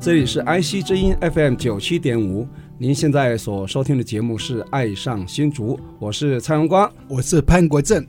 这里是 IC 之音 FM 九七点五，您现在所收听的节目是《爱上新竹》，我是蔡荣光。我是潘国正，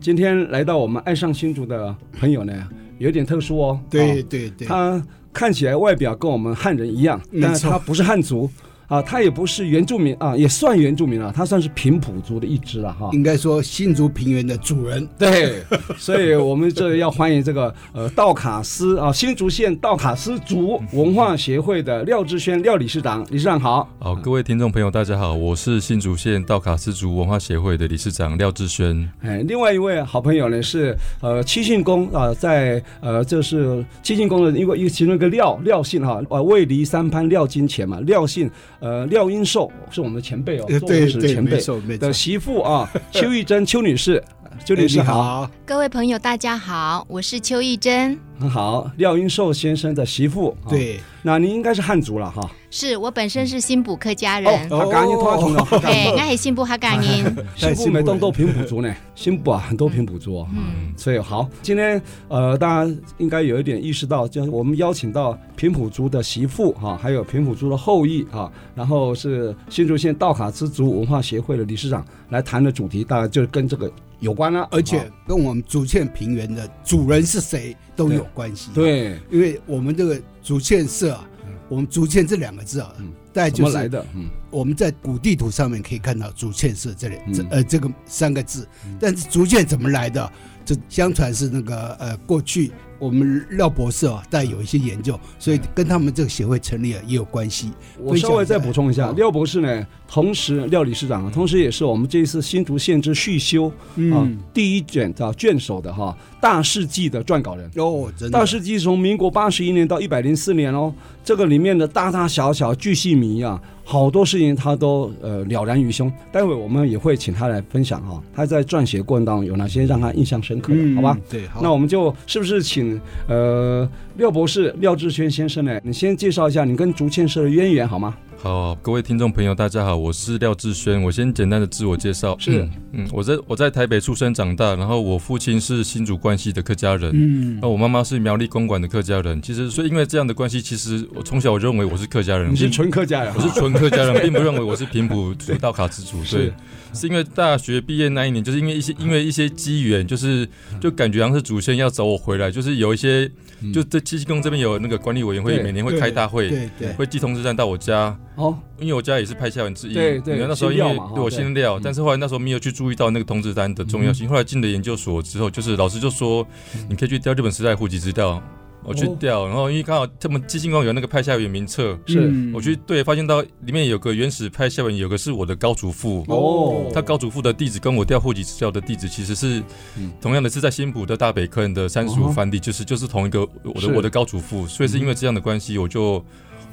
今天来到我们《爱上新竹》的朋友呢，有点特殊哦。对啊对对，他看起来外表跟我们汉人一样，没错但是他不是汉族啊，他也不是原住民啊，也算原住民了，他算是平埔族的一支了哈。应该说新竹平原的主人，对， 所以我们这要欢迎这个呃道卡斯啊，新竹县道卡斯族文化协会的廖志轩廖理事长，理事长好。好，各位听众朋友，大家好，我是新竹县道卡斯族文化协会的理事长廖志轩。哎，另外一位好朋友呢是呃七信宫啊、在呃这是七信宫的一个一个其中一个廖廖姓哈，呃魏离三潘廖金钱嘛，廖姓呃廖英寿是我们的前辈哦，呃中国对史的对，前辈没错没错的。媳妇啊，邱玉珍邱女士，邱女哎士你好，好，各位朋友，大家好，我是邱义珍，很好，廖英寿先生的媳妇，啊，对，那您应该是汉族了哈，是我本身是新补客家哦，人，他赶紧拖出了， 嘿，我也新补客家人，新太部哦辛苦没了动都平埔族呢，新部啊很多平埔族啊。嗯，所以好，今天呃，大家应该有一点意识到，就是我们邀请到平埔族的媳妇哈、还有平埔族的后裔哈、然后是新竹县道卡斯族文化协会的理事长来谈的主题，大概就是跟这个有关了，而啊且跟我们竹堑平原的主人是谁都有关系。，对因为我们这个竹堑社啊，我们竹堑这两个字啊嗯，大概怎就么来是的，嗯，我们在古地图上面可以看到竹堑社这里嗯这呃这个三个字，但是竹堑怎么来的？啊这相传是那个呃过去我们廖博士啊，大概有一些研究，所嗯以跟他们这个协会成立啊也有关系。我稍微再补充一下，嗯廖博士呢，同时廖理事长，同时也是我们这一次新竹县之续修啊嗯，第一卷啊卷首的哈、大事记的撰稿人。哦，真的大事记从民国八十一年到一百零四年哦，这个里面的大大小小巨细靡遗啊，好多事情他都呃了然于胸。待会我们也会请他来分享哈、他在撰写过程当中有哪些让他印象深刻的，嗯好吧？？对，嗯好。那我们就是不是请呃廖博士廖志轩先生呢？你先介绍一下你跟竹堑社的渊源好吗？好，各位听众朋友，大家好，我是廖志轩。我先简单的自我介绍，是嗯，嗯我在我在台北出生长大，然后我父亲是新竹关西的客家人，嗯那我妈妈是苗栗公馆的客家人。其实，所以因为这样的关系，其实我从小我认为我是客家人，你是并纯客家人啊，嗯我是纯客家人，并不认为我是平埔族道卡之族，对是，是因为大学毕业那一年，就是因为一些因为一些机缘，就是就感觉好像是祖先要找我回来，就是有一些，就这七星宫这边有那个管理委员嗯会，对每年会开大会，对对，会寄通知单到我家，哦，因为我家也是派校园之一，对对然后那时候因新料为嘛哈哦对我对嗯先料，但是后来那时候没有去注意到那个通知单的重要性。后来进了研究所之后，就是老师就说你可以去调日本时代户籍资料，我去嗯哦调，然后因为刚好他们基金宫有那个派校园名册，是我去对发现到里面有个原始派校园，有个是我的高祖父。哦，他高祖父的地址跟我调户籍资料的地址其实是嗯同样的，是在新浦的大北坑的三十哦五番地，就是就是同一个我是嗯的我的高祖父，所以是因为这样的关系，我就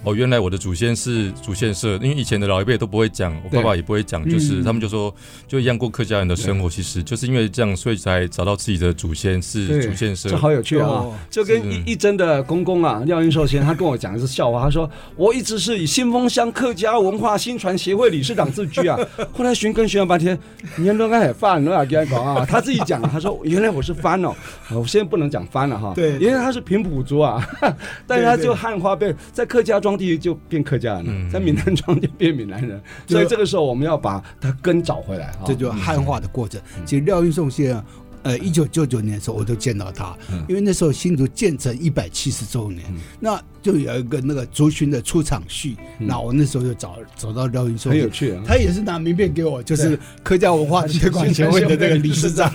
哦，原来我的祖先是祖先社，因为以前的老一辈都不会讲，我对嗯爸爸也不会讲，就是他们就说就一样过客家人的生活，其实就是因为这样，所以才找到自己的祖先对是祖先社这。好有趣啊哦！就跟是一一真的公公啊，廖云寿先生，他跟我讲的是笑话，他说我一直是以新丰乡客家文化新传协会理事长自 居啊，后来寻根寻了半天，你看那也翻，那也跟他讲啊，他自己讲啊，他说原来我是翻哦，啊我现在不能讲翻了哈，对因为他是平埔族啊， 但是他对对就汉化变在客家庄地区就变客家人了，嗯在闽南庄就变闽南人，就所以这个时候我们要把他根找回来啊，嗯这就是汉化的过程。其实廖运颂先生啊，呃，一九九九年的时候我就见到他，嗯因为那时候新竹建成一百七十周年，嗯那就有一个那个族群的出场序，那我那时候就找找到廖云硕很，嗯有嗯趣啊。他也是拿名片给我，就是客家文化推广协会的那个理事 长，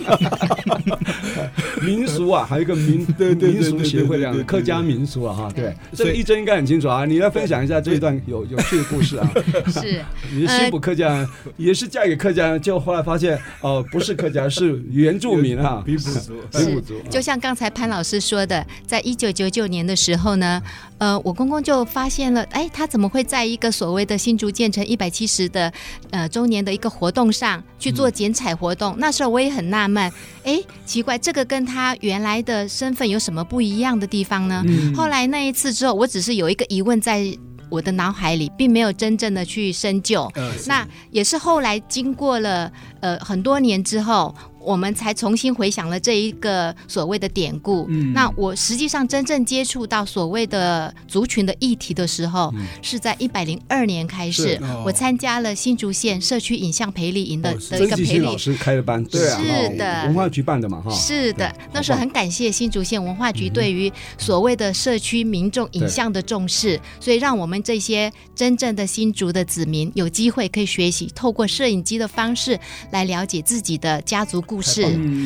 民俗啊，还有一个民 对对民对俗协会这样对对对对哎的客家民俗啊，哈，对，这所个以一真应该很清楚啊。你来分享一下这一段有有趣的故事 啊。是你是呃西部客家人，也是嫁给客家人，结果后来发现哦，不是客家，是原住民啊， 比补足。维吾是族啊，就像刚才潘老师说的，在一九九九年的时候呢，呃，我公公就发现了，哎，他怎么会在一个所谓的新竹建成一百七十的呃周年的一个活动上去做剪彩活动？那时候我也很纳闷，哎，奇怪，这个跟他原来的身份有什么不一样的地方呢？后来那一次之后，我只是有一个疑问在我的脑海里，并没有真正的去深究。嗯 呃，那也是后来经过了呃很多年之后，我们才重新回想了这一个所谓的典故。嗯那我实际上真正接触到所谓的族群的议题的时候，是在一百零二年开始嗯是哦，我参加了新竹县社区影像培力营的哦是的一曾个继培新力老。师开的班，对啊，是哦的文化局办的嘛，哈，是的，那时候好很感谢新竹县文化局对于所谓的社区民众影像的重视，所以让我们这些真正的新竹的子民有机会可以学习，透过摄影机的方式来了解自己的家族故事。嗯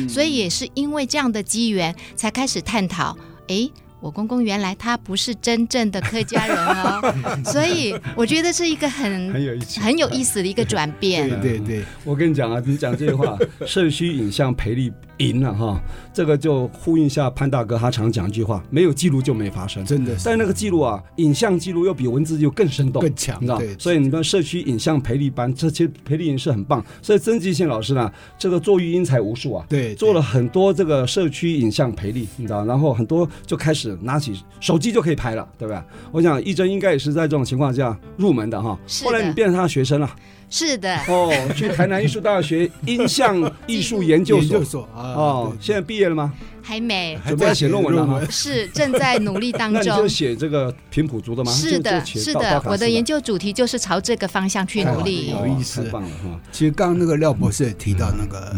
所以也是因为这样的机缘，才开始探讨，诶。我公公原来他不是真正的客家人 哦，所以我觉得是一个很很有意思。很有意思的一个转变。对对对，我跟你讲啊，你讲这 些话，社区影像培力赢了哈，这个就呼应一下潘大哥，他常讲一句话：没有记录就没发生。真的是但那个记录啊，影像记录又比文字又更生动、更强你知道对？嗯所以你看社区影像培力班，这些培力营是很棒。所以曾吉信老师呢，这个做育英才无数啊，对做了很多这个社区影像培力，你知道？然后很多就开始拿起手机就可以拍了，对吧？我想一真应该也是在这种情况下入门的哈。是的后来你变成他的学生了是的，哦，去台南艺术大学音像艺术研究 研所究。所啊，哦对，现在毕业了吗？还没还准备要写论文了哈。是正在努力当 那你中。就写这个平埔族的吗？是的，是的，我的研究究主题就是朝这个方向去太努好力了。有意思太棒了哈！其实刚刚那个廖博士也提到那嗯个，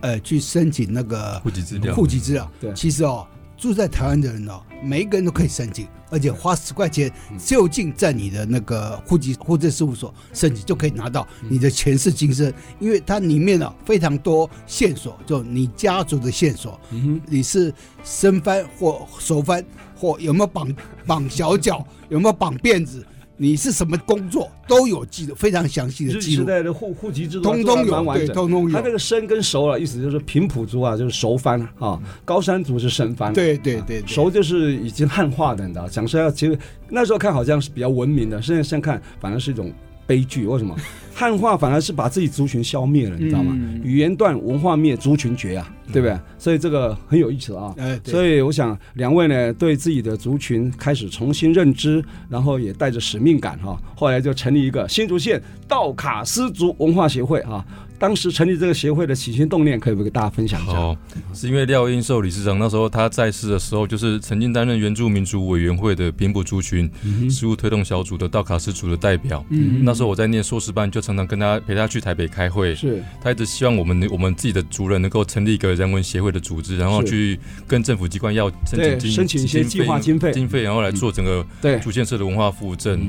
呃，去申请那个户籍资料户籍资料。对其实哦，住在台湾的人哦，每一个人都可以申请，而且花十块钱嗯就近在你的那个户籍户政事务所申请，就可以拿到你的前世今嗯生，因为它里面呢、哦非常多线索，就你家族的线索，嗯你是生番或熟番，或有没有绑 绑小脚，有没有绑辫子。你是什么工作都有记录，非常详细的日记时录。代的户户籍制度啊通做得通蛮有，完对，整。通通他这有，个生跟熟啊，意思就是平埔族啊，就是熟番啊，高山族是生番。对对对，对熟就是已经汉化的，你知道？讲实要其实那时候看好像是比较文明的，现在现在看反而是一种悲剧。为什 么？汉化反而是把自己族群消灭了，你知道吗？嗯语言断，文化灭，族群绝啊，对不对？所以这个很有意思啊。哎，对所以我想，两位呢对自己的族群开始重新认知，然后也带着使命感哈、后来就成立一个新竹县道卡斯族文化协会啊。当时成立这个协会的起心动念，可以不可以给大家分享一下？好，是因为廖英寿理事长那时候他在世的时候，就是曾经担任原住民族委员会的平埔族群嗯事务推动小组的道卡斯族的代表。那时候我在念硕士班，就常常跟他陪他去台北开会。是他一直希望我们我们自己的族人能够成立一个人文协会的组织，然后是去跟政府机关要申对请经申请一些计划经费嗯经费，然后来做整个对，嗯竹建社的文化附赠。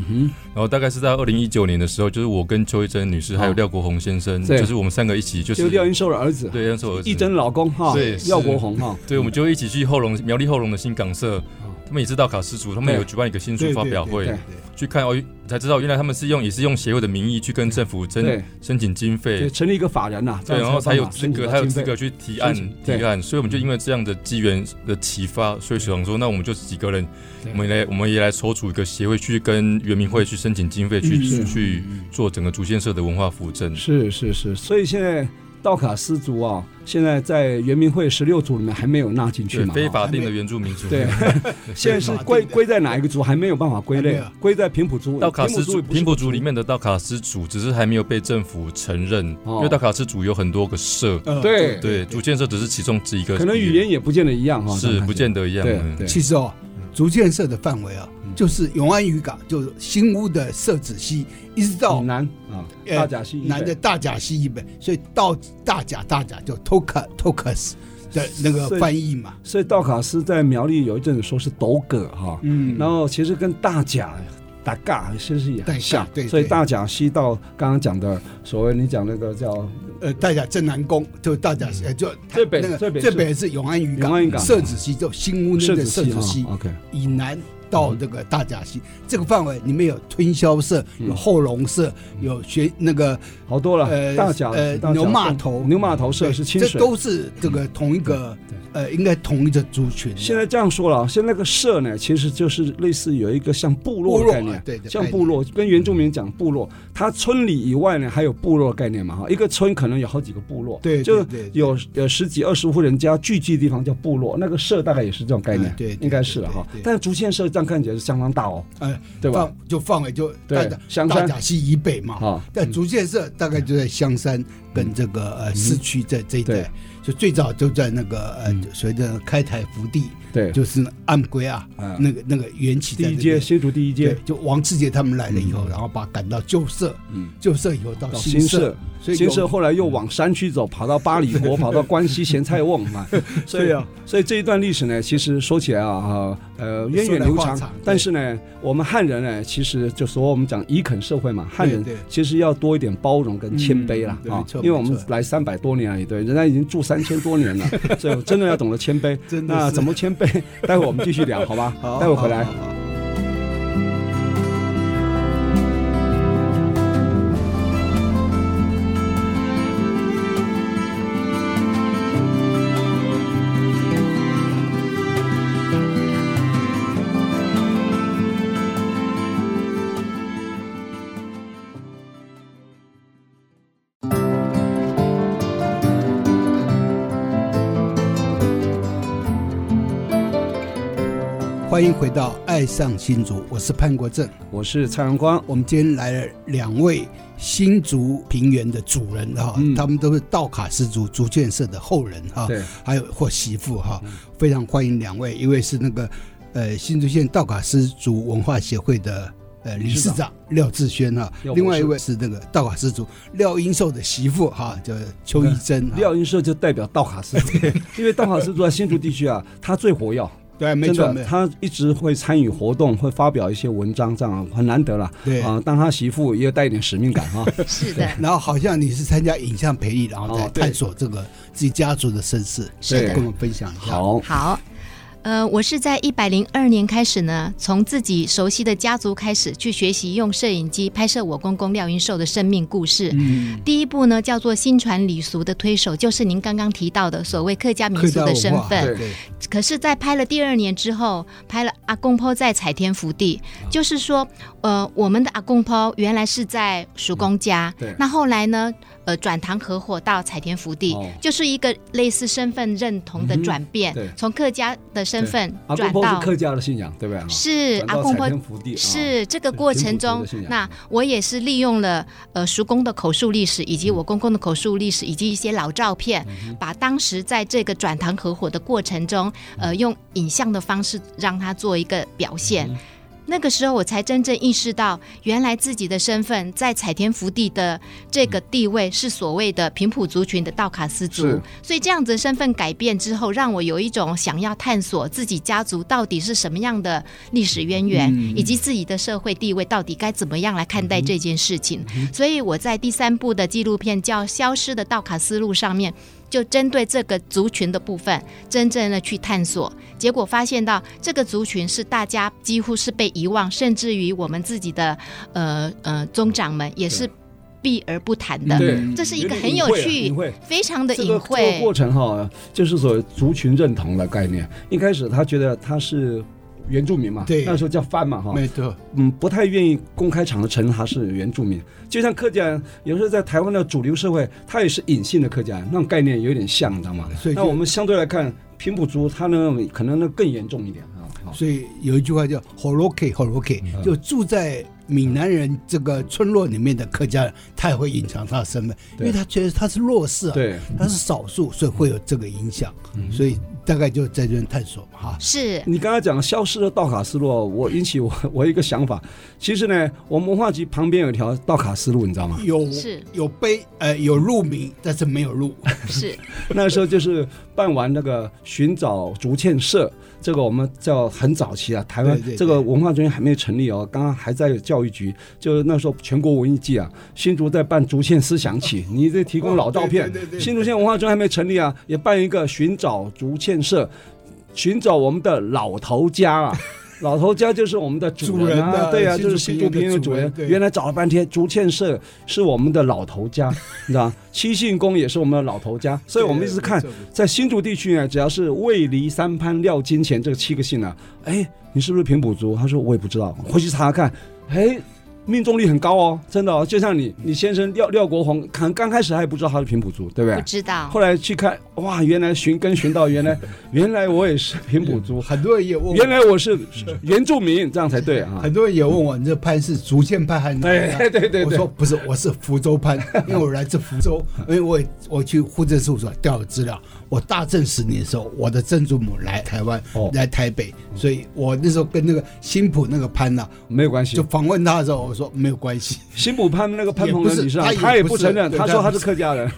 然后大概是在二零一九年的时候，就是我跟邱一珍女士还有好廖国宏先生，哦对就是我们三个一起就就是廖英寿的儿子，对，那时候我义珍老公哈对，廖是国宏哈，对，我们就一起去后龙苗栗后龙的新港社，他们也是道卡斯族，他们有举办一个新书对发对表对会哦对，去看哦，才知道原来他们是用也是用协会的名义去跟政府对申申请经就费，成立一个法人呐，这对，样然后才有办法资申请到格，才有经资费格去提案申请对嗯提案，所以我们就因为这样的机缘的启发，所以想说，那我们就几个人，对我们来我们也来筹组一个协会去跟原民会去申请经费，去嗯去去做整个竹建社的文化扶正。是是是，所以现在道卡斯族啊，现在在圆明会十六组里面还没有纳进去对嘛，非哈法定的原住民族，对，现在是归归在哪一个族还没有办法归类还没有，归在平埔族。道卡斯族族也不是平埔族里面的道卡斯族，只是还没有被政府承认，哦因为道卡斯族有很多个社，呃对对，竹建社只是其中之一个，可能语言也哦不见得一样哈，是不见得得一样嗯对的。对其实哦，竹建设的范围啊，嗯就是永安渔港，就是新屋的社子溪，一直到闽南啊，呃大甲西以北南的大甲溪以北，所以到大甲大甲就 Toka Tokas，的那个翻译嘛。所以道卡斯在苗栗有一阵子说是斗葛哈，嗯然后其实跟大甲。大嘎其实也大很甲像，对所以对大甲西到刚刚讲的所谓你讲那个叫呃，大甲镇南宫就大甲呃就嗯最北那个最北最北是永安渔港，永安渔港社子溪就新屋那个社子溪啊，OK，以南到这个大甲嗯溪这个范围里面有吞霄社、有后龙社、嗯有学那个好多了，呃大甲呃大甲牛骂头嗯牛码头社是清这水，嗯都是这个同一个呃应该同一个族群的。现在这样说了，现在那个社呢，其实就是类似有一个像部落的概部落念啊，对对像部落跟原住民讲部落，他村里以外呢还有部落概念嘛哈，一个村可能有好几个部落，对对就对对有有十几二十户人家聚集的地方叫部落，那个社大概也是这种概念哎，对对应该是了哈对对。对但是竹县社这样看起来是相当大哦，呃对吧？范就范围就对大甲香山大甲溪以北嘛，啊，但竹建社大概就在香山跟这个呃市区在这一嗯对带，就最早就在那个呃嗯随着开台福地，对，就是暗龟啊嗯，那个那个缘起第在一那街边。新竹第一对街，，就王志杰他们来了以后，然后把赶到旧社，嗯，旧社以后到到新新社社，，所以新有社后来又往山区走，跑到八里 国，跑到关西咸菜瓮嘛。所以对啊，所以这一段历史呢，其实说起来啊，呃，源远流说来话长长。但是呢，我们汉人呢，其实就说我们讲移垦社会嘛，汉人对其实要多一点包容跟谦卑啦嗯啊没，错因为我们没错来三百多年而已，对，人家已经住三千多 年了，所以真的要懂得谦卑。真的那是怎么谦卑？ 待会我们继续聊，好吧？好待会回来。好好好欢迎回到《爱上新竹》，我是潘国正。我是蔡荣光，我们今天来了两位新竹平原的主人哈、嗯他们都是道卡氏族竹建社的后人哈、对，嗯还有或媳妇哈、非常欢迎两位，一位是那个呃新竹县道卡氏族文化协会的。呃，理事长廖志轩哈、廖博士另外一位是那个道卡氏族廖英寿的媳妇哈、叫邱义珍哈、廖云社就代表道卡斯族，因为道卡斯族在新竹地区啊，他最活跃，对，没真错，的，没错，他一直会参与活动，会发表一些文章，这样很难得了。对啊，当他媳妇也带一点使命感 啊。 是的，然后好像你是参加影像培育，然后再哦对探索这个自己家族的身世，是的跟我们分享一下。，好，好，呃，我是在一百零二年开始呢，从自己熟悉的家族开始去学习用摄影机拍摄我公公廖云寿的生命故事。嗯，第一部呢，叫做《新传礼俗的推手》，就是您刚刚提到的所谓客家民客俗家的文身化，份。对对可是，在拍了第二年之后，拍了阿公坡在彩天福地，啊就是说，呃，我们的阿公坡原来是在叔公家，嗯对那后来呢，呃，转堂合伙到彩天福地，哦就是一个类似身份认同的转变，嗯哼对从客家的身份阿公转婆啊是到客家的信仰，对不对啊？是转阿到公彩坡天福地啊是这个过程中平埔族的信，仰那我也是利用了呃叔公的口述历史，以及我公公的口述历史，以及一些老照片，嗯把当时在这个转堂合伙的过程中，呃，用影像的方式让他做一个表嗯现。那个时候我才真正意识到，原来自己的身份在彩天福地的这个地位是所谓的平埔族群的道卡斯族是。所以这样子的身份改变之后，让我有一种想要探索自己家族到底是什么样的历史渊源，以及自己的社会地位到底该怎么样来看待这件事情。所以我在第三部的纪录片叫《消失的道卡斯路》上面。就针对这个族群的部分，真正的去探索，结果发现到这个族群是大家几乎是被遗忘，甚至于我们自己的呃呃宗长们也是避而不谈的。对，这是一个有很点有隐晦啊趣隐晦。非常的这隐个这晦个，过程哈、就是所谓族群认同的概念。一开始他觉得他是原住民嘛，对那时候叫番嘛哈、没错，嗯，不太愿意公开场合承认他是原住民。就像客家人，有时候在台湾的主流社会，他也是隐性的客家人，那种概念有点像，你知道吗？所以那就我们相对来看，平埔族他呢，可能呢更严重一点啊。好所以有一句话叫 “horoke horoke”，就住在闽南人这个村落里面的客家人，他也会隐藏他的身份，因为他觉得他是弱势啊，对，他是少数，所以会有这个影响。所以大概就在这边探索嘛哈。 是你刚才讲消失的道卡斯路哦，我引起我 我一个想法。其实呢，我们文化局旁边有一条道卡斯路，你知道吗？有是有碑，呃，有路名，但是没有路。是， 那时候就是办完那个寻找竹堑社，这个我们叫很早期啊，台湾对对对这个文化中心还没有成立哦，刚刚还在教育局，就是那时候全国文艺季啊，新竹在办竹堑思想 起，你这提供老照片哦对对对，对新竹县文化中心还没成立啊，也办一个寻找竹堑社，寻找我们的老头家 啊。老头家就是我们的主人主人啊，啊对呀、新就是竹新竹平平原原的的主主人人。对原来找了半天，竹堑社是我们的老头家，你知道吗，七信宫也是我们的老头家，所以我们一直看对对没错在新竹地区啊呢，只要是魏离三潘廖金钱这七个姓啊，哎，你是不是平埔族？他说我也不知道，回去查查看，哎。命中率很高哦，真的哦，就像你，你先生廖廖国宏，可能刚开始还不知道他是平埔族，对不不对？知 道后来去看，哇，原来寻根寻到，原来原来我也是平埔族，很多人也问我，原来我是原住民，这样才对啊。很多人也问我，你这潘是竹堑潘还是哪哎，个对潘？对对，我说不是，我是福州 潘，因为我来自福州，因为我我去户政事务所调了资料。我大正十年的时候，我的曾祖母来台湾哦，来台北，所以我那时候跟那个新浦那个潘呢、没有关系就。访问他的时候，我说没有 关系。新浦潘那个潘鹏也的不是女生啊，他也她也不不是承认，对她说他她不是客家人。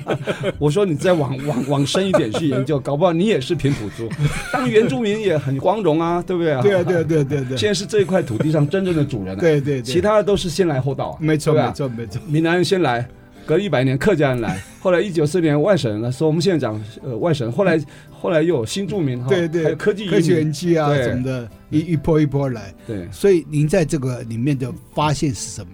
我说你再往往往深一点去研究，搞不好你也是平埔族，当原住民也很光荣啊，对不对啊？对啊，对啊，对啊，对啊，对啊现在是这块土地上真正的主人啊，对对对，其他的都是先来后到啊，没错，对吧没错，没错。闽南人先来，隔一百年客家人来，后来一九四年外省人来，所以我们现在讲呃外省，后来后来又有新住民哈，对对，哦还有科技移科学民，园区啊对什么的，一一波一波来。对，所以您在这个里面的发现是什么？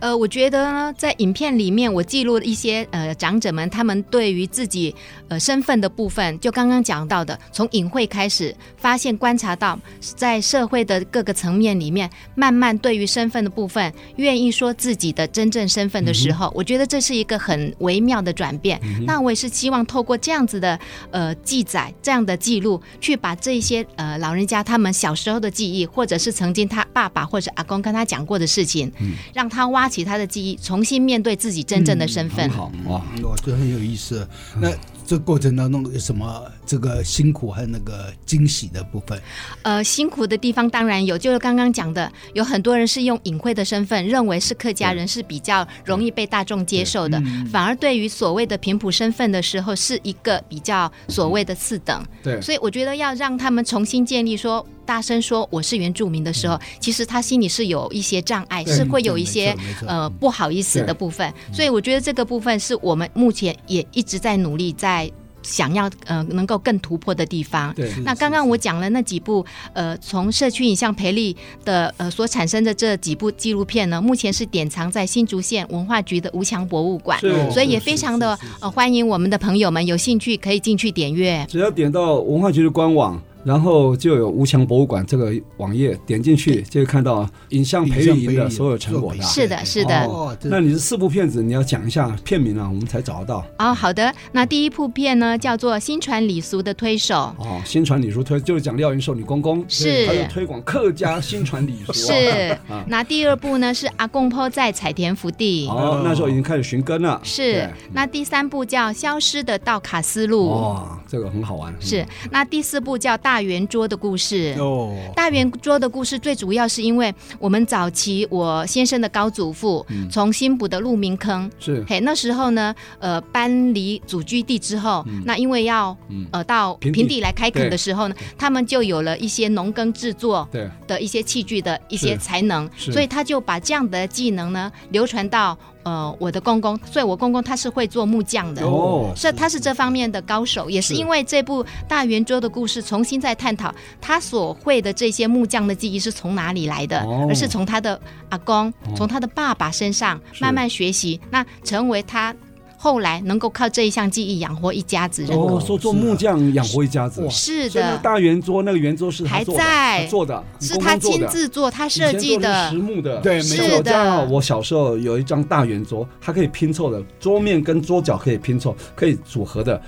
呃，我觉得呢，在影片里面，我记录了一些呃长者们他们对于自己呃身份的部分，就刚刚讲到的，从隐晦开始发现、观察到，在社会的各个层面里面，慢慢对于身份的部分，愿意说自己的真正身份的时候，我觉得这是一个很微妙的转变。那我也是希望透过这样子的呃记载、这样的记录，去把这些呃老人家他们小时候的记忆，或者是曾经他爸爸或者阿公跟他讲过的事情，让他挖起他的记忆，重新面对自己真正的身份。很好啊哇。我觉得哦很有意思。那嗯这过程当中有什么这个辛苦和那个惊喜的部分？呃，辛苦的地方当然有，就是刚刚讲的，有很多人是用隐晦的身份，认为是客家人是比较容易被大众接受的，嗯反而对于所谓的平埔身份的时候，是一个比较所谓的次等。对所以我觉得要让他们重新建立说。大声说我是原住民的时候，其实他心里是有一些障碍，嗯对是会有嗯对一些没错没错嗯呃不好意思对的部分，所以我觉得这个部分是我们目前也一直在努力在想要呃能够更突破的地方。对，那刚刚我讲了那几部，呃，从社区影像培力的呃所产生的这几部纪录片呢，目前是典藏在新竹县文化局的吴强博物馆，是所以也哦是非是常的是是呃欢迎我们的朋友们有兴趣可以进去点阅。只要点到文化局的官网，然后就有吴强博物馆这个网页，点进去就会看到影像培育营的所有成果的。是的是的哦，这那你是四部片子，你要讲一下片名啊，我们才找得到哦，好的，那第一部片呢叫做《新传礼俗的推手》，哦。新传礼俗推就是讲廖云寿，你公公是他就推广客家新传礼俗、啊。是啊。那第二部呢是阿贡坡在彩田福地。哦，那时候已经开始寻根了。是对，那第三部叫《消失的道卡斯路》哇，哦这个很好玩。是，那第四部叫《大圆桌的故事》哦，大圆桌的故事最主要是因为我们早期我先生的高祖父嗯从新埔的鹿鸣坑，是嘿，那时候呢，呃，搬离祖居地之后，那因为要呃到嗯平地平地来开垦对的时候呢，他们就有了一些农耕制作对，的一些器具的一些是才能，是所以他就把这样的技能呢流传到呃我的公公，所以我公公他是会做木匠的。哦，是，他是这方面的高手，也是是因为这部《大圆桌》的故事，重新在探讨他所会的这些木匠的技艺是从哪里来的，哦而是从他的阿公、从他的爸爸身上是慢慢学习，那成为他后来能够靠这一项技艺养活一家子人。哦，说做木匠养活一家子。是所以那的，大圆桌那个圆桌是他还做的在他做的，是公他公做亲的自做，他以设前计做的的是实。木的，对没是错我家啊的我小时候有一张大圆桌，它可以拼凑的，桌面跟桌角可以拼凑，可以组合的。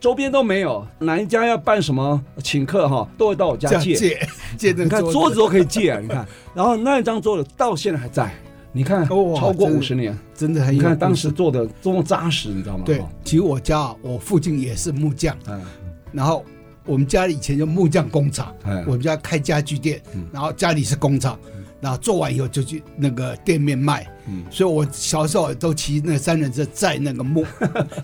周边都没有，哪一家要办什么请客哈，都会到我这家样借。嗯借借那你个看桌子都可以借啊，你 看，然后那一张桌子到现在还在，你看哦超过真的五十年，真的很你有意思。看当时做的多么扎实，你知道吗？对哦，其实我家啊我父亲也是木匠，嗯，然后我们家以前叫木匠工厂，哎我们家开家具店嗯，然后家里是工厂，然后做完以后就去那个店面卖。嗯所以我小时候都骑那个三轮车载那个 木，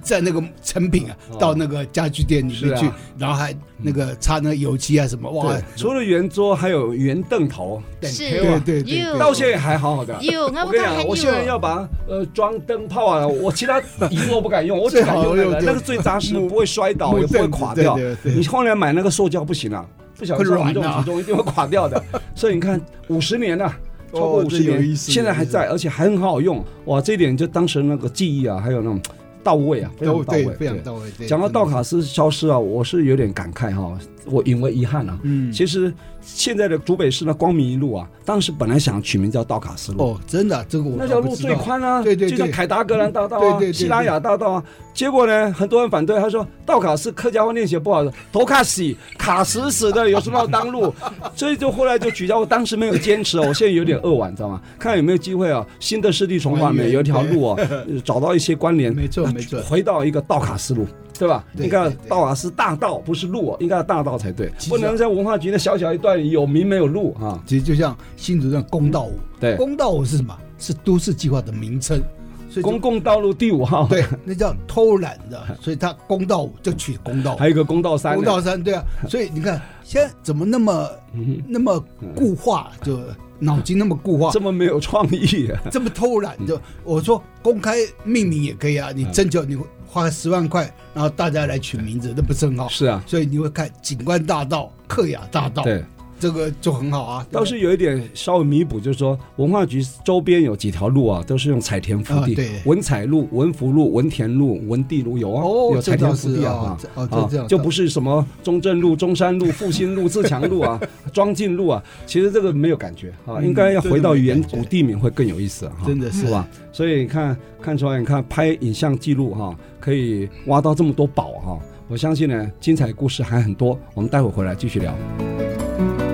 载那个成品啊哦到那个家具店里是面啊去，然后还那个擦那个油漆啊什么，哇对，，除了圆桌还有圆凳头，对是对对对有对，到现在还好好的。有，我啊我跟你讲，我现在要把呃装灯泡啊，我其他椅子我不敢 用，我只敢用那最个好用那个最扎实，木不会摔倒，也木不会凳垮子掉。对对你对，后来买那个塑胶不行啊，不小心会软重啊体重一定会垮掉 的。所以你看，五十年了。超过哦五十这有年，意思现在还在，而且还很好用。哇，这一点就当时那个记忆啊，还有那种到位啊，非常都到位对，非常对嗯到位。对讲到真的道卡斯消失啊，我是有点感慨哈、我因为遗憾啊。嗯，其实现在的竹北市的光明一路啊，当时本来想取名叫道卡斯路，哦，真的啊这个我那条倒不路知最道，宽啊，对对就像对凯达格兰大道啊、对对对希拉雅大道啊。结果呢，很多人反对，他说道卡斯客家话念写不好，头卡死卡死死的，有什么要当 路？所以就后来就取消。我当时没有坚持，哦我现在有点扼腕，你知道吗？看有没有机会啊，新的湿地重划里面有一条路啊，呃找到一些关联，没错没错回到一个道卡斯路。对吧？对应该对对道卡斯大道不是路哦，应该要大道才对，其实不啊能在文化局的小小一段有名没有路啊。其实就像新竹站公道五，对，公道五是什么？是都市计划的名称，所以就公共道路第五号，， 对，那叫偷懒的，所以他公道五就取公道五还有一个公道三呢，公道三，对啊，所以你看现在怎么那 么嗯那么固化，就脑筋那么固 化这，么没有创意、啊，这么偷懒，就我说公开命名也可以啊，嗯你征求你花十万块，然后大家来取名字，那 不是很好？是啊，所以你会看景观大道、客雅大道，对，这个就很好啊。哦倒是有一点稍微弥补，就是说文化局周边有几条路啊，都是用彩田福地，啊对文彩路、文福路、文田路、文地路有啊，哦有彩田福地这倒啊是，啊哦这哦这这样就不是什么中正路、中山路、复兴路、自强路 啊、庄敬路啊，其实这个没有感觉啊，嗯应该要回到原真的没感觉古地名会更有意思啊，真的是是吧？所以你看看出来，你看拍影像记录哈、可以挖到这么多宝哈、我相信呢，精彩故事还很多，我们待会回来继续聊。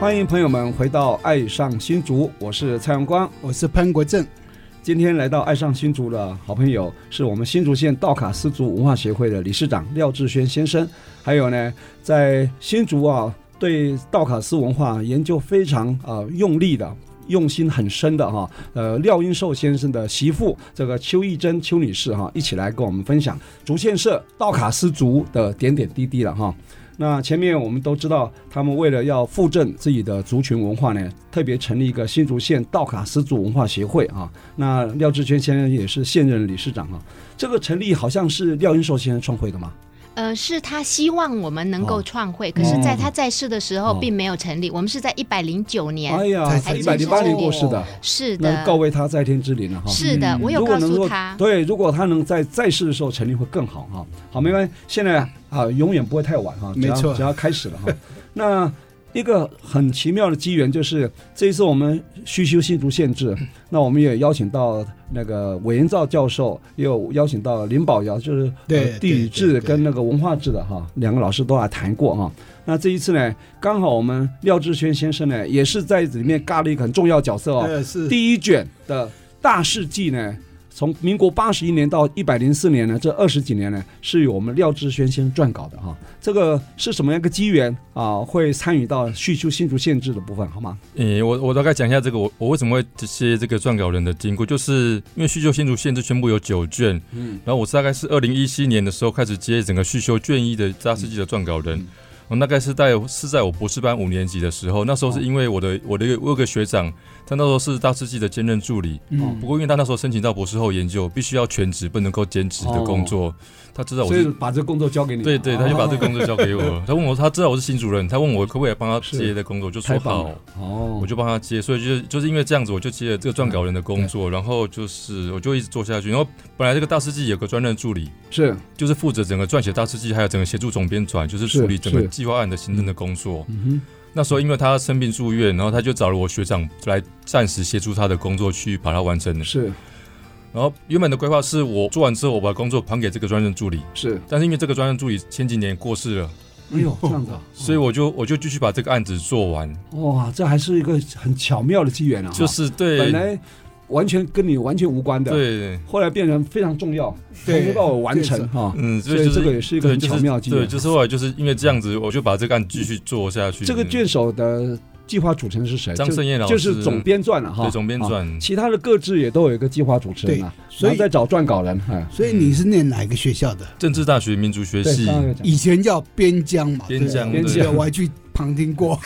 欢迎朋友们回到《爱上新竹》，我是蔡阳光。我是潘国正，今天来到《爱上新竹》的好朋友是我们新竹县道卡斯族文化协会的理事长廖志轩先生，还有呢，在新竹啊，对道卡斯文化研究非常啊、呃用力的。用心很深的哈，呃，廖英寿先生的媳妇这个邱义珍邱女士哈，一起来跟我们分享竹堑社道卡斯族的点点滴滴了哈。那前面我们都知道，他们为了要复振自己的族群文化呢，特别成立一个新竹县道卡斯族文化协会啊。那廖志轩先生也是现任理事长啊。这个成立好像是廖英寿先生创会的嘛？呃，是他希望我们能够哦创会，可是在他在世的时候哦并没有成立，我们是在一百零九年，哎呀，才一百零八年过世的，是那的，告慰他在天之灵了哈。是的，嗯我有如果告能诉够他，对，如果他能在在世的时候成立会更好哈、好，没关系，现在啊，永远不会太晚哈、只要没错只要开始了哈、那一个很奇妙的机缘就是，这一次我们需修新竹县志，那我们也邀请到那个韦延照教授，也有邀请到林宝尧，就是呃对地理对志对跟那个文化志的哈、两个老师都来谈过哈、那这一次呢，刚好我们廖志轩先生呢，也是在里面嘎了一个很重要角色哦，呃，是第一卷的大事记呢，从民国八十一年到一百零四年呢，这二十几年呢，是由我们廖志轩先生撰稿的哈。这个是什么样一个机缘啊？会参与到叙述新竹县志的部分，好吗？诶、我我大概讲一下这个，我我为什么会这些这个撰稿人的经过，就是因为叙旧新竹县志全部有九卷，嗯嗯然后我是大概是二零一七年的时候开始接整个叙旧卷一的扎世纪的撰稿人，我大概是在是在我博士班五年级的时候，那时哦候是因为我的我的一个我有个学长，他那时候是大师系的兼任助理，嗯不过因为他那时候申请到博士后研究，必须要全职，不能够兼职的工作，他知道我哦所以是。把这工作交给你。哦对对，他就把这个工作交给我了。他问我，他知道我是新主任，他问我可不可以帮他是接的工作，我就说太棒好了。哦，我就帮他接，所以就是就是因为这样子，我就接了这个撰稿人的嗯工作，然后就是我就一直做下去。然后本来这个大师记有个专任助理，是就是负责整个撰写大师记，还有整个协助总编转，就是是处理整个是计划案的行政的工作。嗯那时候因为他生病住院，然后他就找了我学长来暂时协助他的工作，去把它完成哼，了。是然后原本的规划是我做完之后，我把工作盘给这个专任助理，是，但是因为这个专任助理前几年过世了，哎 呦这样子啊，哦所以我就我就继续把这个案子做完，哇，这还是一个很巧妙的机缘啊，就是本对来完全跟你完全无关的，，对。后来变成非常重要，对才能够完成对哈。嗯，所所以以就是这个也是一个对很就是巧妙的经验对，就是后来就是因为这样子，我就把这个案继续做下去。嗯这个卷首的计划主持人是谁？张就胜彦老师就是总编撰了哈，对总编啊。撰，其他的各自也都有一个计划主持人啊，所以然后再找撰稿人，哎，所以你是念哪一个学校的？政治大学民族学对，系刚，刚有讲以前叫边疆嘛，边疆对不对边疆我还去旁听过，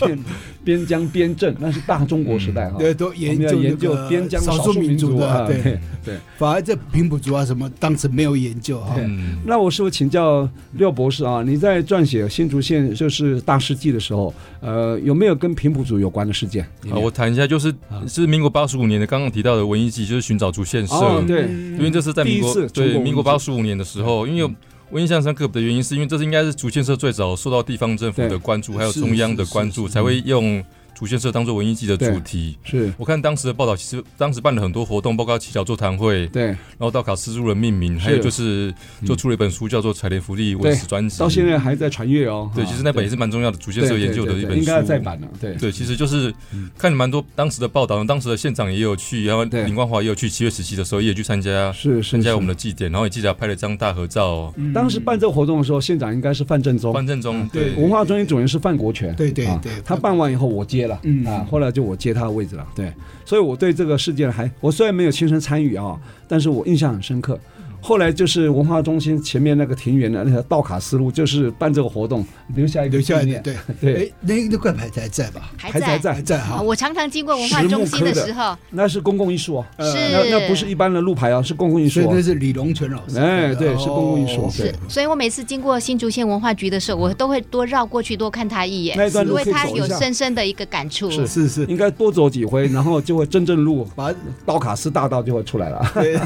边边疆边镇，那是大中国时代哈。 嗯对，都我研们要究研究那个边疆少数民民族啊的，，对，对对。反而这平埔族啊什么，当时没有研究啊。对嗯，那我是不是请教廖博士啊？你在撰写新竹县就是大事记的时候，呃，有没有跟平埔族有关的事件？好，我谈一下，就是啊是民国八十五年的刚刚提到的文艺季，就是寻找竹县哦社，，嗯对，因为这是在民第一国次中国对文艺民国季八十五年的时候，因为。我印象深刻的原因，是因为这是应该是竹县社最早受到地方政府对的关注，还有是中央的是是关是注，是才会用竹县社当做文艺季的嗯对主题。是，我看当时的报道，其实当时办了很多活动，包括祈祷座谈会，对，然后道卡斯入了命名，还有就是就出了一本书叫做《采莲福利文史专辑》，嗯到现在还在传阅哦。对，啊其实那本也是蛮重要的，竹县社研究的对对一对对本应该要再书。版了。对，对，其实就是看了蛮多当时的报道，当时的县长也有去，然后对林光华也有去，七月十七的时候也有去参加是是参加我是哦们。的祭典，然后也记得拍了张大合照。嗯当时办这个活动的时候，县长应该是范振中，范振中对文化中心主任是范国权。对对啊对他办完以后我接了，嗯啊，后来就我接他的位置了。对，所以我对这个事件还，我虽然没有亲身参与啊，但是我印象很深刻。后来就是文化中心前面那个庭园的那条道卡斯路，就是办这个活动留下一个留下纪来念。的对，对，哎哎，那那块牌子还在吧？还还在在还在，在啊哈。我常常经过文化中心的时候，那是公共艺术哦，是那那不是一般的路牌啊，是公共艺术所以哦那。是李龙泉老师。哎，对，是公共艺术哦。对是，所以我每次经过新竹县文化局的时候，我都会多绕过去多看他一眼，那一段因路为可以他走一有下深深的一个感触。是是 是，应该多走几回，然后就会真正路把道卡斯大道就会出来了。 啊对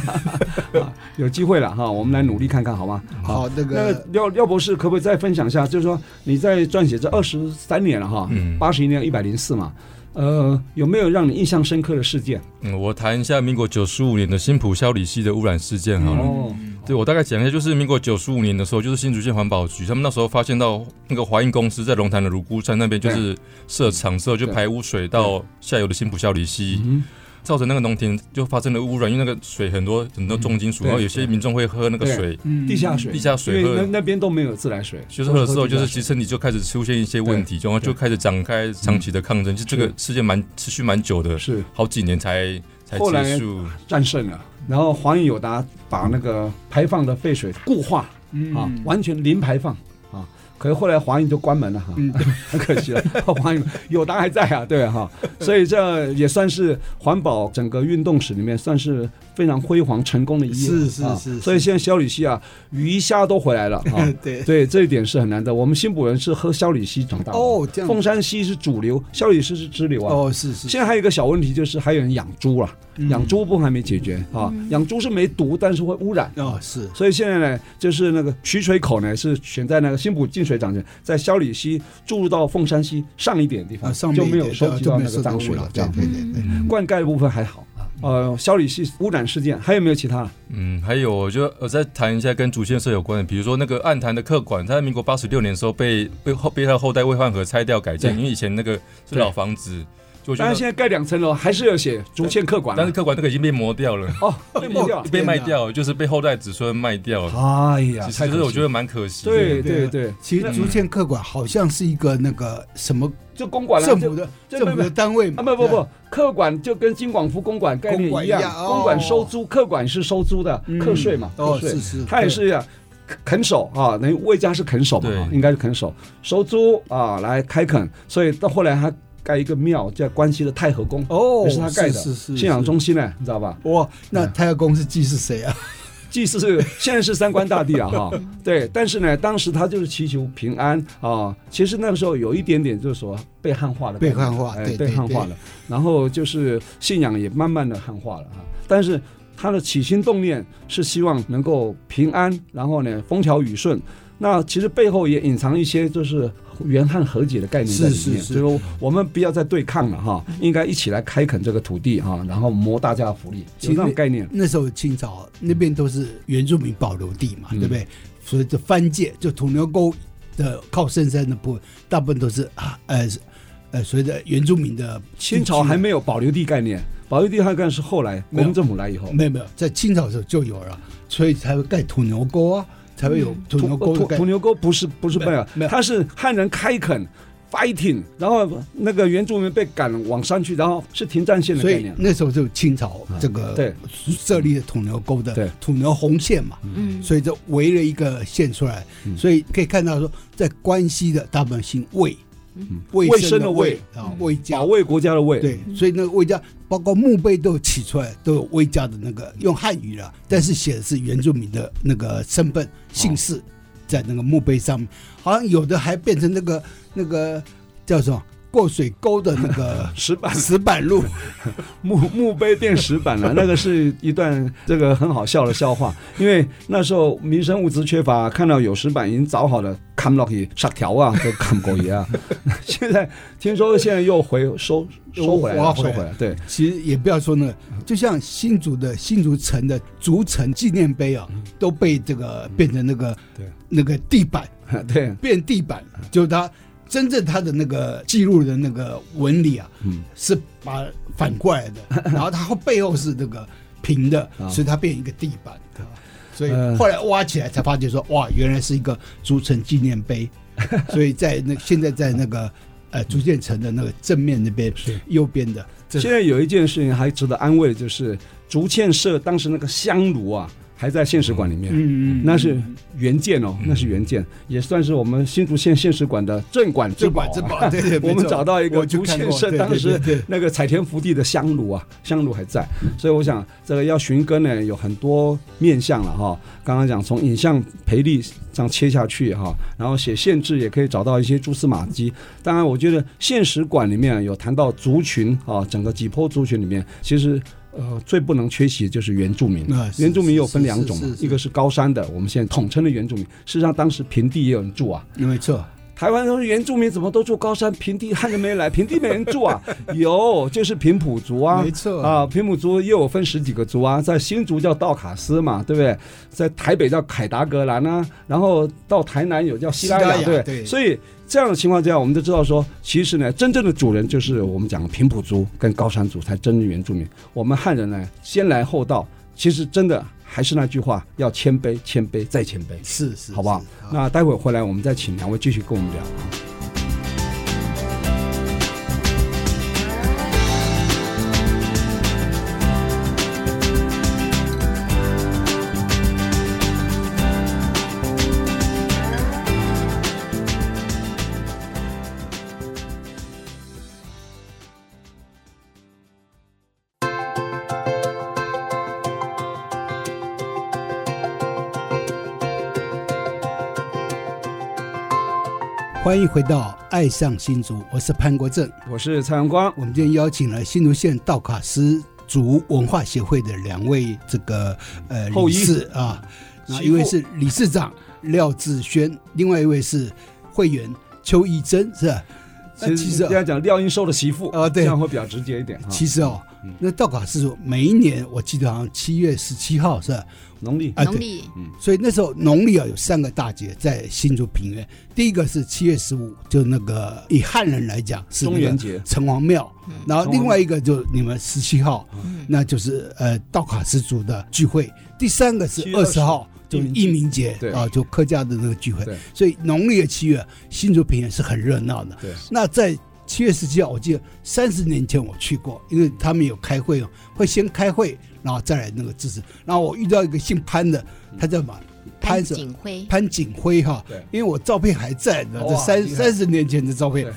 有机会了哈，我们来努力看看好吗？好那那个廖廖博士可不可以再分享一下？就是说你在撰写这二十三年了哈，嗯八十一年一百零四嘛，呃，有没有让你印象深刻的事件？嗯，我谈一下民国九十五年的新浦消里溪的污染事件好了。哦，对，我大概讲一下，就是民国九十五年的时候，就是新竹县环保局，他们那时候发现到那个华印公司在龙潭的泸沽山那边就是设厂之后，就对排污水到下游的新浦消里溪，嗯，造成那个农田就发生了污染，因为那个水很多很多重金嗯属，对然后有些民众会喝那个水，嗯地下水，地下水因为喝那那边都没有自来水，就是喝了之后，就是其其实身体就开始出现一些问题，然后就开始展开长期的抗争，就这个事件蛮持续蛮久的，嗯是好几年才才后来结束。战胜了。然后黄友达把那个排放的废水固化嗯啊，完全零排放啊。可是后来华印就关门了哈，嗯 很可惜了。啊华印友达还在啊，对哈、所以这也算是环保整个运动史里面算是非常辉煌成功的一页。是是啊是是。所以现在小李溪啊，鱼虾都回来了啊 对对，这一点是很难得。我们新浦人是喝小李溪长大的，哦这样凤山溪是主流，小李溪是支流啊。哦是是，现在还有一个小问题，就是还有人养猪了、嗯养猪部分还没解决啊。养猪是没毒，但是会污染。哦是所以现在呢，就是那个取水口呢是选在那个新浦净水厂前，在萧里溪注入到凤山溪上一点的地啊方，上嗯面就一没有点啊收集就到没那有个受到脏污水了嗯染，。这对样，对对对，灌溉的部分还好。嗯呃，萧里溪污染事件还有没有其他了？嗯，还有，我就我再谈一下跟竹县社有关的，比如说那个暗潭的客馆，它在民国八十六年的时候被被后被它的后代魏焕和拆掉改建，对因为以前那个是对老房子，就我觉当然得现在盖两层楼，还是有写竹堑客馆但是了。客馆那个已经被磨 掉了，哦，被抹掉了。被天哪卖掉，就是被后代子孙卖掉。哎呀，其太实可惜我觉得蛮可惜的。对对对对，其实竹堑客馆好像是一个那个什么就公馆了。啊政就府的这政府的单位啊嘛，不不不，客管就跟金管服公管概念公管一一样样，哦公管收租，客管是收租的，嗯课税嘛，哦课税是是它也是一样。垦守啊，那魏家是垦守嘛，对啊应该是垦守收租啊来开垦，所以到后来他盖一个庙叫关西的太和宫，哦也是他盖的是是是信仰是中心呢，你知道吧？哇，啊那太阳公是祭是谁 啊？祭祀是现在是三官大帝啊 哈，对，但是呢，当时他就是祈求平安啊。其实那个时候有一点点就是说被汉化的感觉，被汉化哎对被对汉化对了。然后就是信仰也慢慢的汉化了啊。但是他的起心动念是希望能够平安，然后呢风调雨顺。那其实背后也隐藏一些就是元汉和解的概念在里面，是是是就是说我们不要再对抗了哈，应该一起来开垦这个土地哈，然后谋大家的福利，有这种概念。那时候清朝那边都是原住民保留地嘛，嗯对不对？所以这番界就土牛沟的靠深山的部分，大部分都是啊呃呃，随着原住民的清朝还没有保留地概念，保留地概念是后来没国有民政府来以后，没有没有，在清朝的时候就有了，所以才会盖土牛沟啊，才会有土牛沟的嗯土盖土。牛沟不是不是没有没有，它是汉人开垦 fighting，然后那个原住民被赶往山区，然后是停战线的所概以念。嗯那时候就清朝这个对设立了土牛沟对的土牛红线嘛，嗯，所以就围了一个线出来，嗯所以可以看到说，在关西的大部分姓魏，卫嗯卫生嗯生的的卫卫啊，魏家保卫国家的卫，对，所以那个魏家，包括墓碑都有起出来，都有魏家的那个用汉语嗯了，但是写的是原住民的那个身份姓哦氏，在那个墓碑上面，好像有的还变成那个那个叫什么过水沟的那个 石板石板路，墓墓碑变石板了，那个是一段这个很好笑的笑话，因为那时候民生物资缺乏，看到有石板已经凿好了，砍落去杀条啊，都砍过爷啊。 现在听说现在又回收收回来又挖了，收回来回来，对，其实也不要说那个，就像新竹的新竹城的竹城纪念碑啊，嗯都被这个变成那个对那个地板 对，变地板，就是它真正它的那个记录的那个纹理啊，嗯是把反过来 的，然后它后背后是那个平的啊，所以它变一个地板。啊所以呃后来挖起来才发觉说，哇，原来是一个竹城纪念 碑。所以在那现在在那个呃竹建城的那个正面那边右边的，这现在有一件事情还值得安慰，就是竹堑社当时那个香炉啊，还在县史馆里面。嗯那是原件哦，那是原件，也算是我们新竹县县史馆的镇馆之这宝、啊管这宝，对对，我没们错找到一个 我去竹看堑过社对对当时对对 那个采天福地的香炉啊，香炉还在，所以我想这个要寻根呢，有很多面向了哈。刚刚讲从影像培力这样切下去哈，然后写县志也可以找到一些蛛丝马迹。当然，我觉得现实馆里面有谈到族群啊，整个几坡族群里面，其实呃最不能缺席的就是原住民啊。是原住民有分两种嘛是是，是一个是高山的，我们现在统称的原住民，事实上当时平地也有人住啊。没错，台湾都是原住民，怎么都住高山平地？汉人没来，平地没人住 啊？有，就是平埔族啊，没错啊，平埔族也有分十几个族啊，在新竹叫道卡斯嘛，对不对？在台北叫凯达格兰啊，然后到台南有叫西拉雅，西拉雅对不对所以这样的情况之下，我们就知道说，其实呢，真正的主人就是我们讲的平埔族跟高山族才真正原住民。我们汉人呢，先来后到，其实真的还是那句话，要谦卑，谦卑再谦卑。是是，好不好是？那待会儿回来我们再请两位继续跟我们聊。欢迎回到《爱上新竹》，我是潘国正。我是蔡阳光，我们今天邀请了新竹县道卡斯族文化协会的两位这个呃后裔理事啊，媳妇那一位是理事长廖志轩，另外一位是会员邱义珍，是吧？那其其实实这啊样讲廖英寿的媳妇啊对这样会比较直接一点。其实实哦，那道卡斯族每一年我记得好像七月十七号是吧？农历啊农对历所以那时候农历啊有三个大节在新竹平原，第一个是七月十五，就那个以汉人来讲是中那元个节，嗯城隍庙，然后城隍另庙外一个就你们十七号，嗯那就是呃道卡斯族的聚会，第三个7是月二十号。就义民义民节对啊，就客家的那个聚会对，所以农历的七月，新竹平原是很热闹的。 对，那在七月十七号，我记得三十年前我去过，因为他们有开会哦，会先开会，然后再来那个支持。然后我遇到一个姓潘的，他叫什么？潘潘什景辉，潘景辉哈对，因为我照片还在呢，这哇三厉害三十年前的照片对，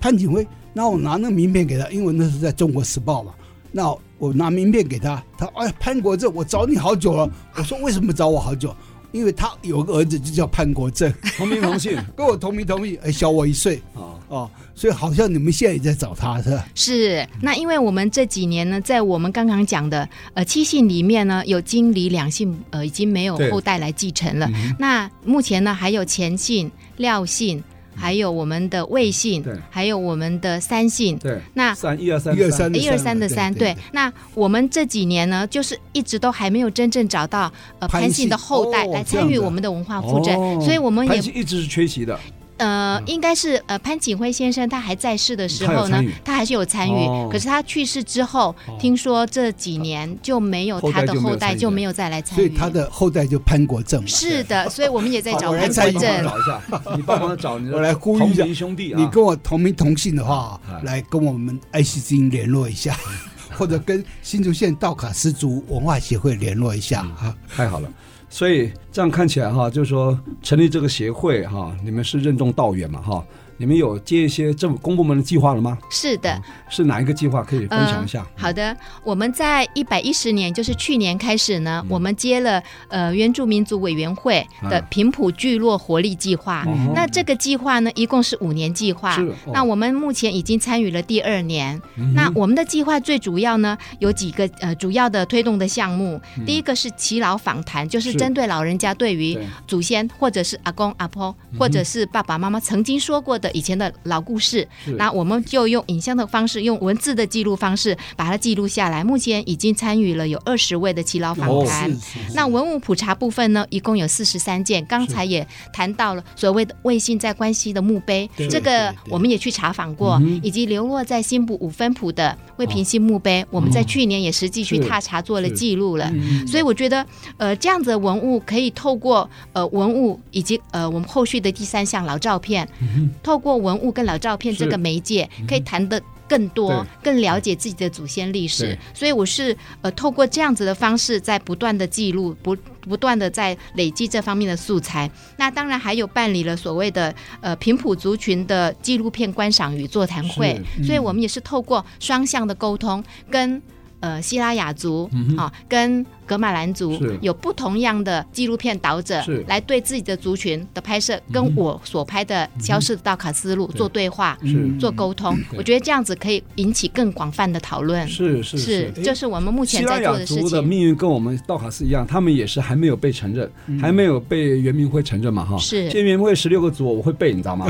潘景辉，那我拿那个名片给他，因为我那时候在中国时报嘛，那我拿名片给他，他哎潘国正，我找你好久了，我说为什么找我好久？因为他有个儿子就叫潘国正，同名同姓跟我同名同姓，哎，小我一岁啊，哦，所以好像你们现在也在找他是吧？是，那因为我们这几年呢，在我们刚刚讲的呃七姓里面呢，有经理两姓，呃，已经没有对嗯后代来继承了。那目前呢，还有钱姓、廖姓，还有我们的魏姓对，还有我们的三姓。对，那三一二三一二三一二三的三，对，那我们这几年呢，就是一直都还没有真正找到呃潘潘姓的姓后代哦来这参样与的我们的文化啊复振，哦所以我们潘也金一直是缺席的，呃，应该是呃潘景辉先生他还在世的时候他有呢参与，他还是有参与。哦可是他去世之后，听说这几年就没有后代他就的没有后代参与就没有再来参所与。以他的后代就潘国正嘛。是的，所以我们也在找我来潘猜国一下帮正。忙找一 下，你帮忙找你的，我来呼吁一下兄弟啊，你跟我同名同姓的话哎，来跟我们爱惜之音联络一下， 或者跟新竹县道卡斯族文化协会联络一下啊。太好了。所以这样看起来哈，就是说成立这个协会哈，你们是任重道远嘛哈，你们有接一些政府公部门的计划了吗？是的，是哪一个计划可以分呃享一下？好的，我们在一百一十年，就是去年开始呢，我们接了呃原住民族委员会的嗯啊平埔聚落活力计划。哦那这个计划呢，一共是五年计划。是哦嗯那我们目前已经参与了第二年。那我们的计划最主要呢有几个呃主要的推动的项目。第一个是耆老访谈，就是嗯是针对老人家对于对嗯祖先或者是阿公阿婆或者是爸爸妈妈曾经说过的以前的老故事是，那我们就用影像的方式，用文字的记录方式把它记录下来。目前已经参与了有二十位的耆老访哦谈。是是那文物普查部分呢，一共有四十三件。刚才也谈到了所谓的魏信在关西的墓碑对，这对个对嗯我们也去查访过，以及流落在新埔五分埔的魏平新墓哦碑，我们在去年也实际去是踏查做了是记录嗯了。所以我觉得，呃，这样子的文物可以透过呃文物以及呃我们后续的第三项老照片，嗯透过文物跟老照片是这个媒介，可以谈的。更多对、更了解自己的祖先历史对，所以我是呃透过这样子的方式，在不断的记录，不不断的在累积这方面的素材。那当然还有办理了所谓的呃平埔族群的纪录片观赏与座谈会是，嗯所以我们也是透过双向的沟通跟。呃，希拉雅族啊、跟格马兰族嗯是有不同样的纪录片导者是嗯来对自己的族群的拍摄，跟我所拍的消失的道卡思路做对话、是做沟通。嗯对我觉得这样子可以引起更广泛的讨论。是是是，诶就是我们目希前拉在做雅的事族的情。命运跟我们道卡斯一样，他们也是还没有被承认，还没有被圆明会承认嘛哈。是这圆明会十六个族，我会背，你知道吗？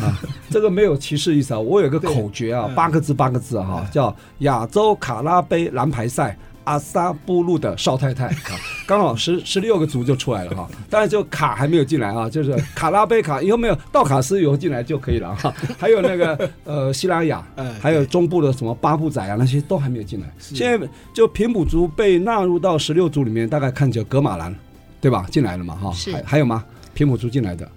啊，这个没有歧视意思啊。我有个口诀啊，八个字八个字啊哈，叫亚洲卡拉杯蓝牌赛。阿萨布鲁的少太太啊，刚好十十六个族就出来了哈，当然就卡还没有进来啊，就是卡拉杯卡以后没有道卡斯以后进来就可以了哈，还有那个呃希拉雅哎，还有中部的什么巴布仔啊那些都还没有进来，现在就平埔族被纳入到十六族里面，大概看就格马兰，对吧？进来了嘛哈，是还还有吗？平埔族进来的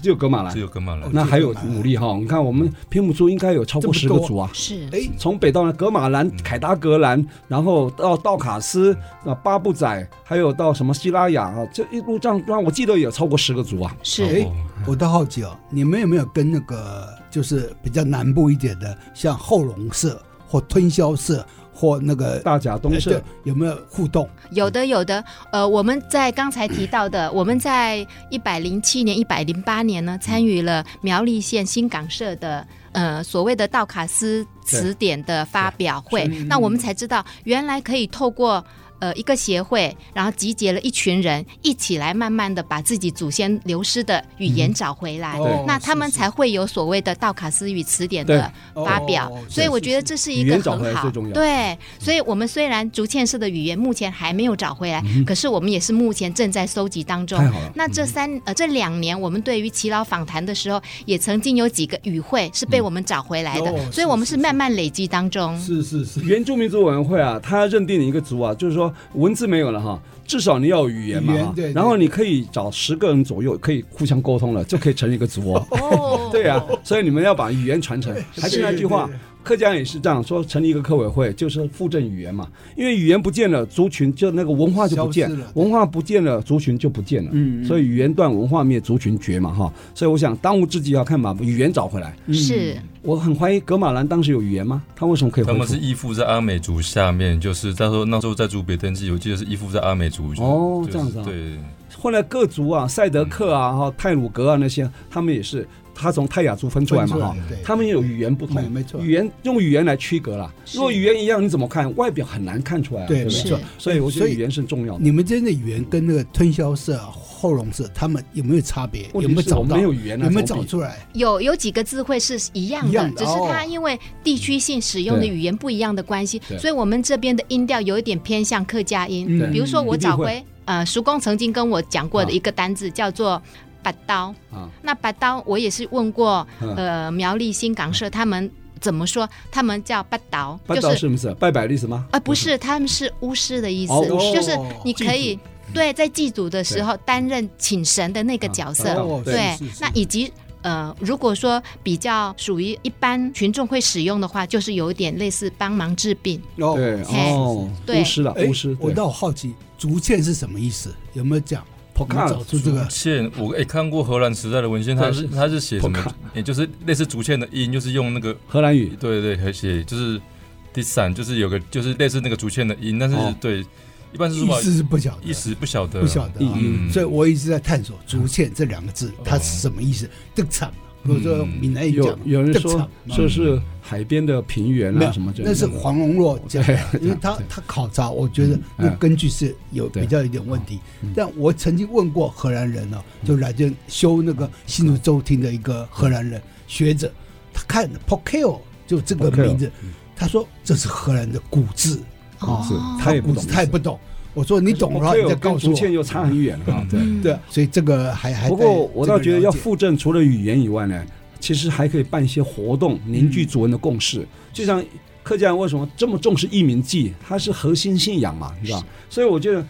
只有格马兰只，有跟哦马来。那还有牡蛎哈，你看我们平埔族应该有超过哎这十么个多嗯族啊，是哎，从北到南，格马兰、凯达格兰，然后到道卡斯、嗯啊巴布仔，还有到什么希拉雅啊，这一路这样，让我记得有超过十个族啊。是，哎，我倒好奇哦，你们有没有跟那个就是比较南部一点的，像后龙社或吞霄社或那个大甲东哎社对有没有互动？有的有的。呃，我们在刚才提到的，嗯我们在一百零七年、一百零八年呢，参与了苗栗县新港社的呃所谓的道卡斯词典的发表会，嗯那我们才知道原来可以透过。呃，一个协会，然后集结了一群人，一起来慢慢的把自己祖先流失的语嗯言找回来，对哦哎那他们是是才会有所谓的道卡斯语词典的对发哦表。是所以我是觉得这是一个语言找回很来好最重要对，所以我们虽然竹堑社的语言目前还没有找回来，可是我们也是目前正在搜集当中嗯太好了。嗯那这三、呃这两年，我们对于耆老访谈的时候，也曾经有几个语汇是被我们找回来的，嗯哦所以我们是慢慢累积当 中。是是是， 原住民族委员会啊，它认定一个族啊，就是说文字没有了哈，至少你要有语言嘛语言哈对对然后你可以找十个人左右，可以互相 沟通了，就可以成立一个族哦。哦对啊，所以你们要把语言传承。还是那句话对对，客家也是这样说，成立一个客委会就是附赠语言嘛，因为语言不见了，族群就那个文化就不见消失了，文化不见了，族群就不见了。嗯所以语言断，文化灭，族群绝嘛，哈。所以我想，当务之急要看把语言找回来。是我很怀疑格马兰当时有语言吗？他为什么可以他恢们复是？依附在阿美族下面，就是那时候那时候在祖别登记，我记得是依附在阿美族。哦就是这样子啊对，后来各族啊，赛德克嗯啊，哈、泰鲁格啊那些，他们也是，他从泰雅族分出来嘛，分出来哈对，他们也有语言不同没，没错语言用语言来区隔啦。是如果语言一样，你怎么看？外表很难看出来、啊，对不没对错？所以我觉得所以语言是很重要的。你们真的语言跟那个吞销社、后龙社，他们有没有差别？有问没题有是找我到？没有语言啊，有没有怎找么比出来？有有几个字汇是一样一的，样的只是它哦因为地区性使用的语言不一样的关系对，所以我们这边的音调有一点偏向客家音。对比如说我一定找会回呃，叔公曾经跟我讲过的一个单字叫做“拔刀”。啊？那拔刀我也是问过嗯呃苗栗新港社他们怎么说，他们叫拔刀，拜就倒是是不是？拜拜的意思吗？呃不是，他们是巫师的意思哦巫，师就是你祭可以对在祭祖的时候担任请神的那个啊角对色。哦对，那以及呃，如果说比较属于一般群众会使用的话，就是有点类似帮忙治病。哦对嘿哦，对巫师了，哎巫师。我对倒好奇，竹签是什么意思？有没有讲？我们找出这个欠我诶、看过荷兰时代的文献，对他是是他是写什我么看？也就是类似竹签的音，就是用那个荷兰语对对，可以写就是第三，就是有个就是类似那个竹签的音，但是、哦对一般是意说思是不晓得，一时不晓得，不晓得啊。嗯所以我一直在探索“竹签”这两个字它是什么意思。得场，我说闽南语有讲，哦有人得说场说是海边的平原没有啊什么之类那的，是黄龙洛讲的，对嗯因为他他考察，我觉得那根据是有对嗯比较有点问题。但我曾经问过荷兰人哦，就来这修那个嗯新竹州厅的一个荷兰人学者，他看 p o k e o 就这个 Pokeo，名字，他说这是荷兰的古字，哦是哦他也不古懂字他也不懂。我说你懂的话，可是你再哦跟告诉竹签我。又差很远啊。对。嗯对，所以这个还还不在过我这倒个觉得了要解附赠除了语言以外呢，其实还可以办一些活动，凝嗯聚族人的共识。就像客家人为什么这么重视义民祭，它是核心信仰嘛，你知道？所以我觉得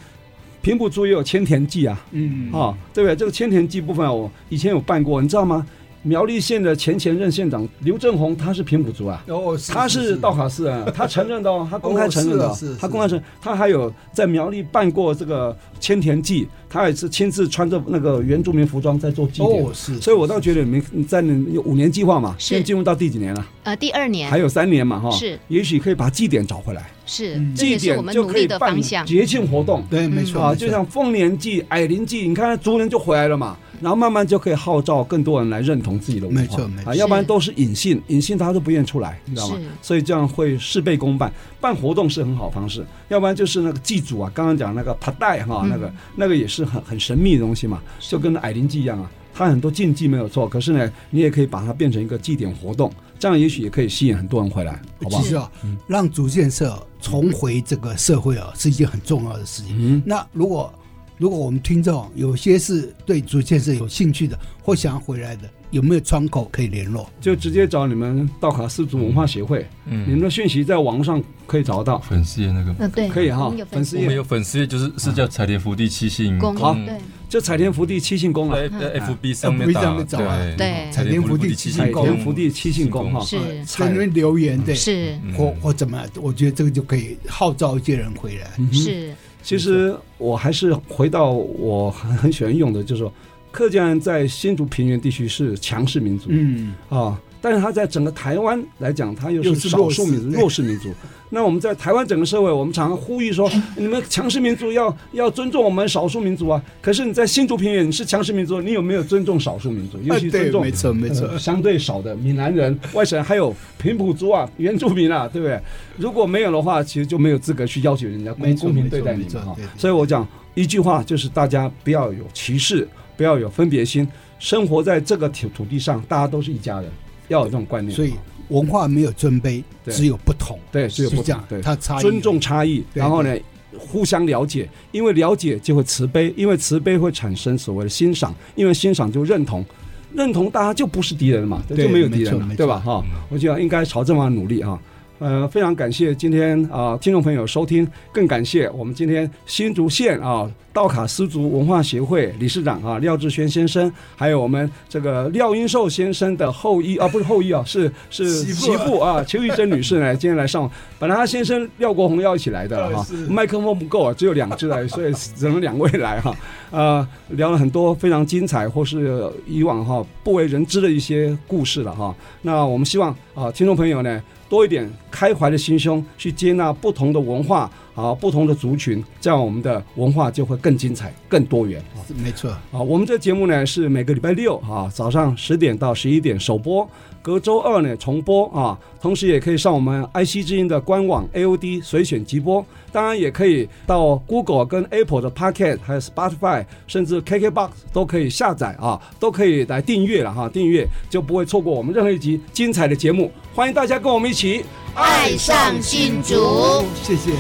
平埔族也有千田祭啊，嗯啊，对不对？这个千田祭部分啊，我以前有办过，你知道吗？苗栗县的前前任县长刘正宏，他是平埔族啊。哦，他是道卡寺 啊，他承认的哦，他公开承认的哦哦是啊是，他公开承认，他还有在苗栗办过这个千田祭，他也是亲自穿着那个原住民服装在做祭典哦，是，所以我倒觉得你们你在你有五年计划嘛，是现在进入到第几年了？呃，第二年还有三年嘛，哈，是也许可以把祭典找回来，是嗯，这祭也是我典们就努可力以的办方向。节庆活动。对，没嗯错啊，没就错像丰年祭、矮灵祭，你看族人就回来了嘛，然后慢慢就可以号召更多人来认同自己的文化，没错没错啊，要不然都是隐性，隐性大家都不愿意出来，你知道吗是？所以这样会事倍功半，办活动是很好方式，要不然就是那个祭祖啊，刚刚讲那个帕带哈，嗯那个那个也是很很神秘的东西嘛，就跟矮灵祭一样啊。它很多禁忌没有错，可是呢，你也可以把它变成一个祭典活动，这样也许也可以吸引很多人回来，好不好其？实啊，让主建社重回这个社会啊，是一件很重要的事情。嗯，那如果如果我们听众啊有些是对主建社有兴趣的，嗯或想要回来的，有没有窗口可以联络？就直接找你们道卡氏族文化协会，嗯你们的讯息在网上可以找到，粉丝页那个。嗯，对，可以哈我们有粉丝我页们有粉丝页，就是是叫彩莲福地七星公好对就彩田福地七庆宫啊，在在 FB 上面 FB 打上面找啊对彩莲福地七彩星宫田福地七庆宫哈，是呃在那边留言对，是嗯嗯或或怎么样，我觉得这个就可以号召一些人回来。嗯哼是其实我还是回到我很很喜欢用的，就是说，客家人在新竹平原地区是强势民族，嗯，啊，但是他在整个台湾来讲，他又又是是少弱数势民族、对弱势民族。那我们在台湾整个社会，我们常常呼吁说，你们强势民族要要尊重我们少数民族啊。可是你在新竹平原，你是强势民族，你有没有尊重少数民族？尤啊其尊对，重没错没错呃，相对少的闽南人、外省人，还有平埔族啊、原住民啊，对不对？如果没有的话，其实就没有资格去要求人家公没错公平对待你没们错哈对对。所以我讲一句话，就是大家不要有歧视，不要有分别心，生活在这个土土地上，大家都是一家人，要有这种观念。所以文化没有尊卑，嗯对只有不同。对只有不同是这样对它差异尊重差异，对然后呢，互相了解，因为了解就会慈悲，因为慈悲会产生所谓的欣赏，因为欣赏就认同，认同大家就不是敌人嘛，对就没有敌人没错了没，错对吧？哈，我觉得应该朝这方面努力啊。呃，非常感谢今天啊、听众朋友收听，更感谢我们今天新竹县啊道卡斯族文化协会理事长啊廖志轩先生，还有我们这个廖英寿先生的后裔啊，不是后裔啊，是是媳妇媳妇 啊邱玉珍女士呢，今天来上，本来她先生廖国宏要一起来的哈、 是麦克风不够啊，只有两只来，所以只能两位来哈、呃，聊了很多非常精彩或是以往哈、不为人知的一些故事了哈、那我们希望啊、听众朋友呢多一点开怀的心胸去接纳不同的文化啊，不同的族群，这样我们的文化就会更精彩、更多元啊。是没错，啊，我们这节目呢是每个礼拜六啊早上十点到十一点首播，隔周二呢重播啊，同时也可以上我们 IC 之音的官网 AOD 随选直播，当然也可以到 Google 跟 Apple 的 Pocket 还有 Spotify 甚至 KKBox 都可以下载啊，都可以来订阅了哈、订阅就不会错过我们任何一集精彩的节目，欢迎大家跟我们一起爱上新竹。谢谢。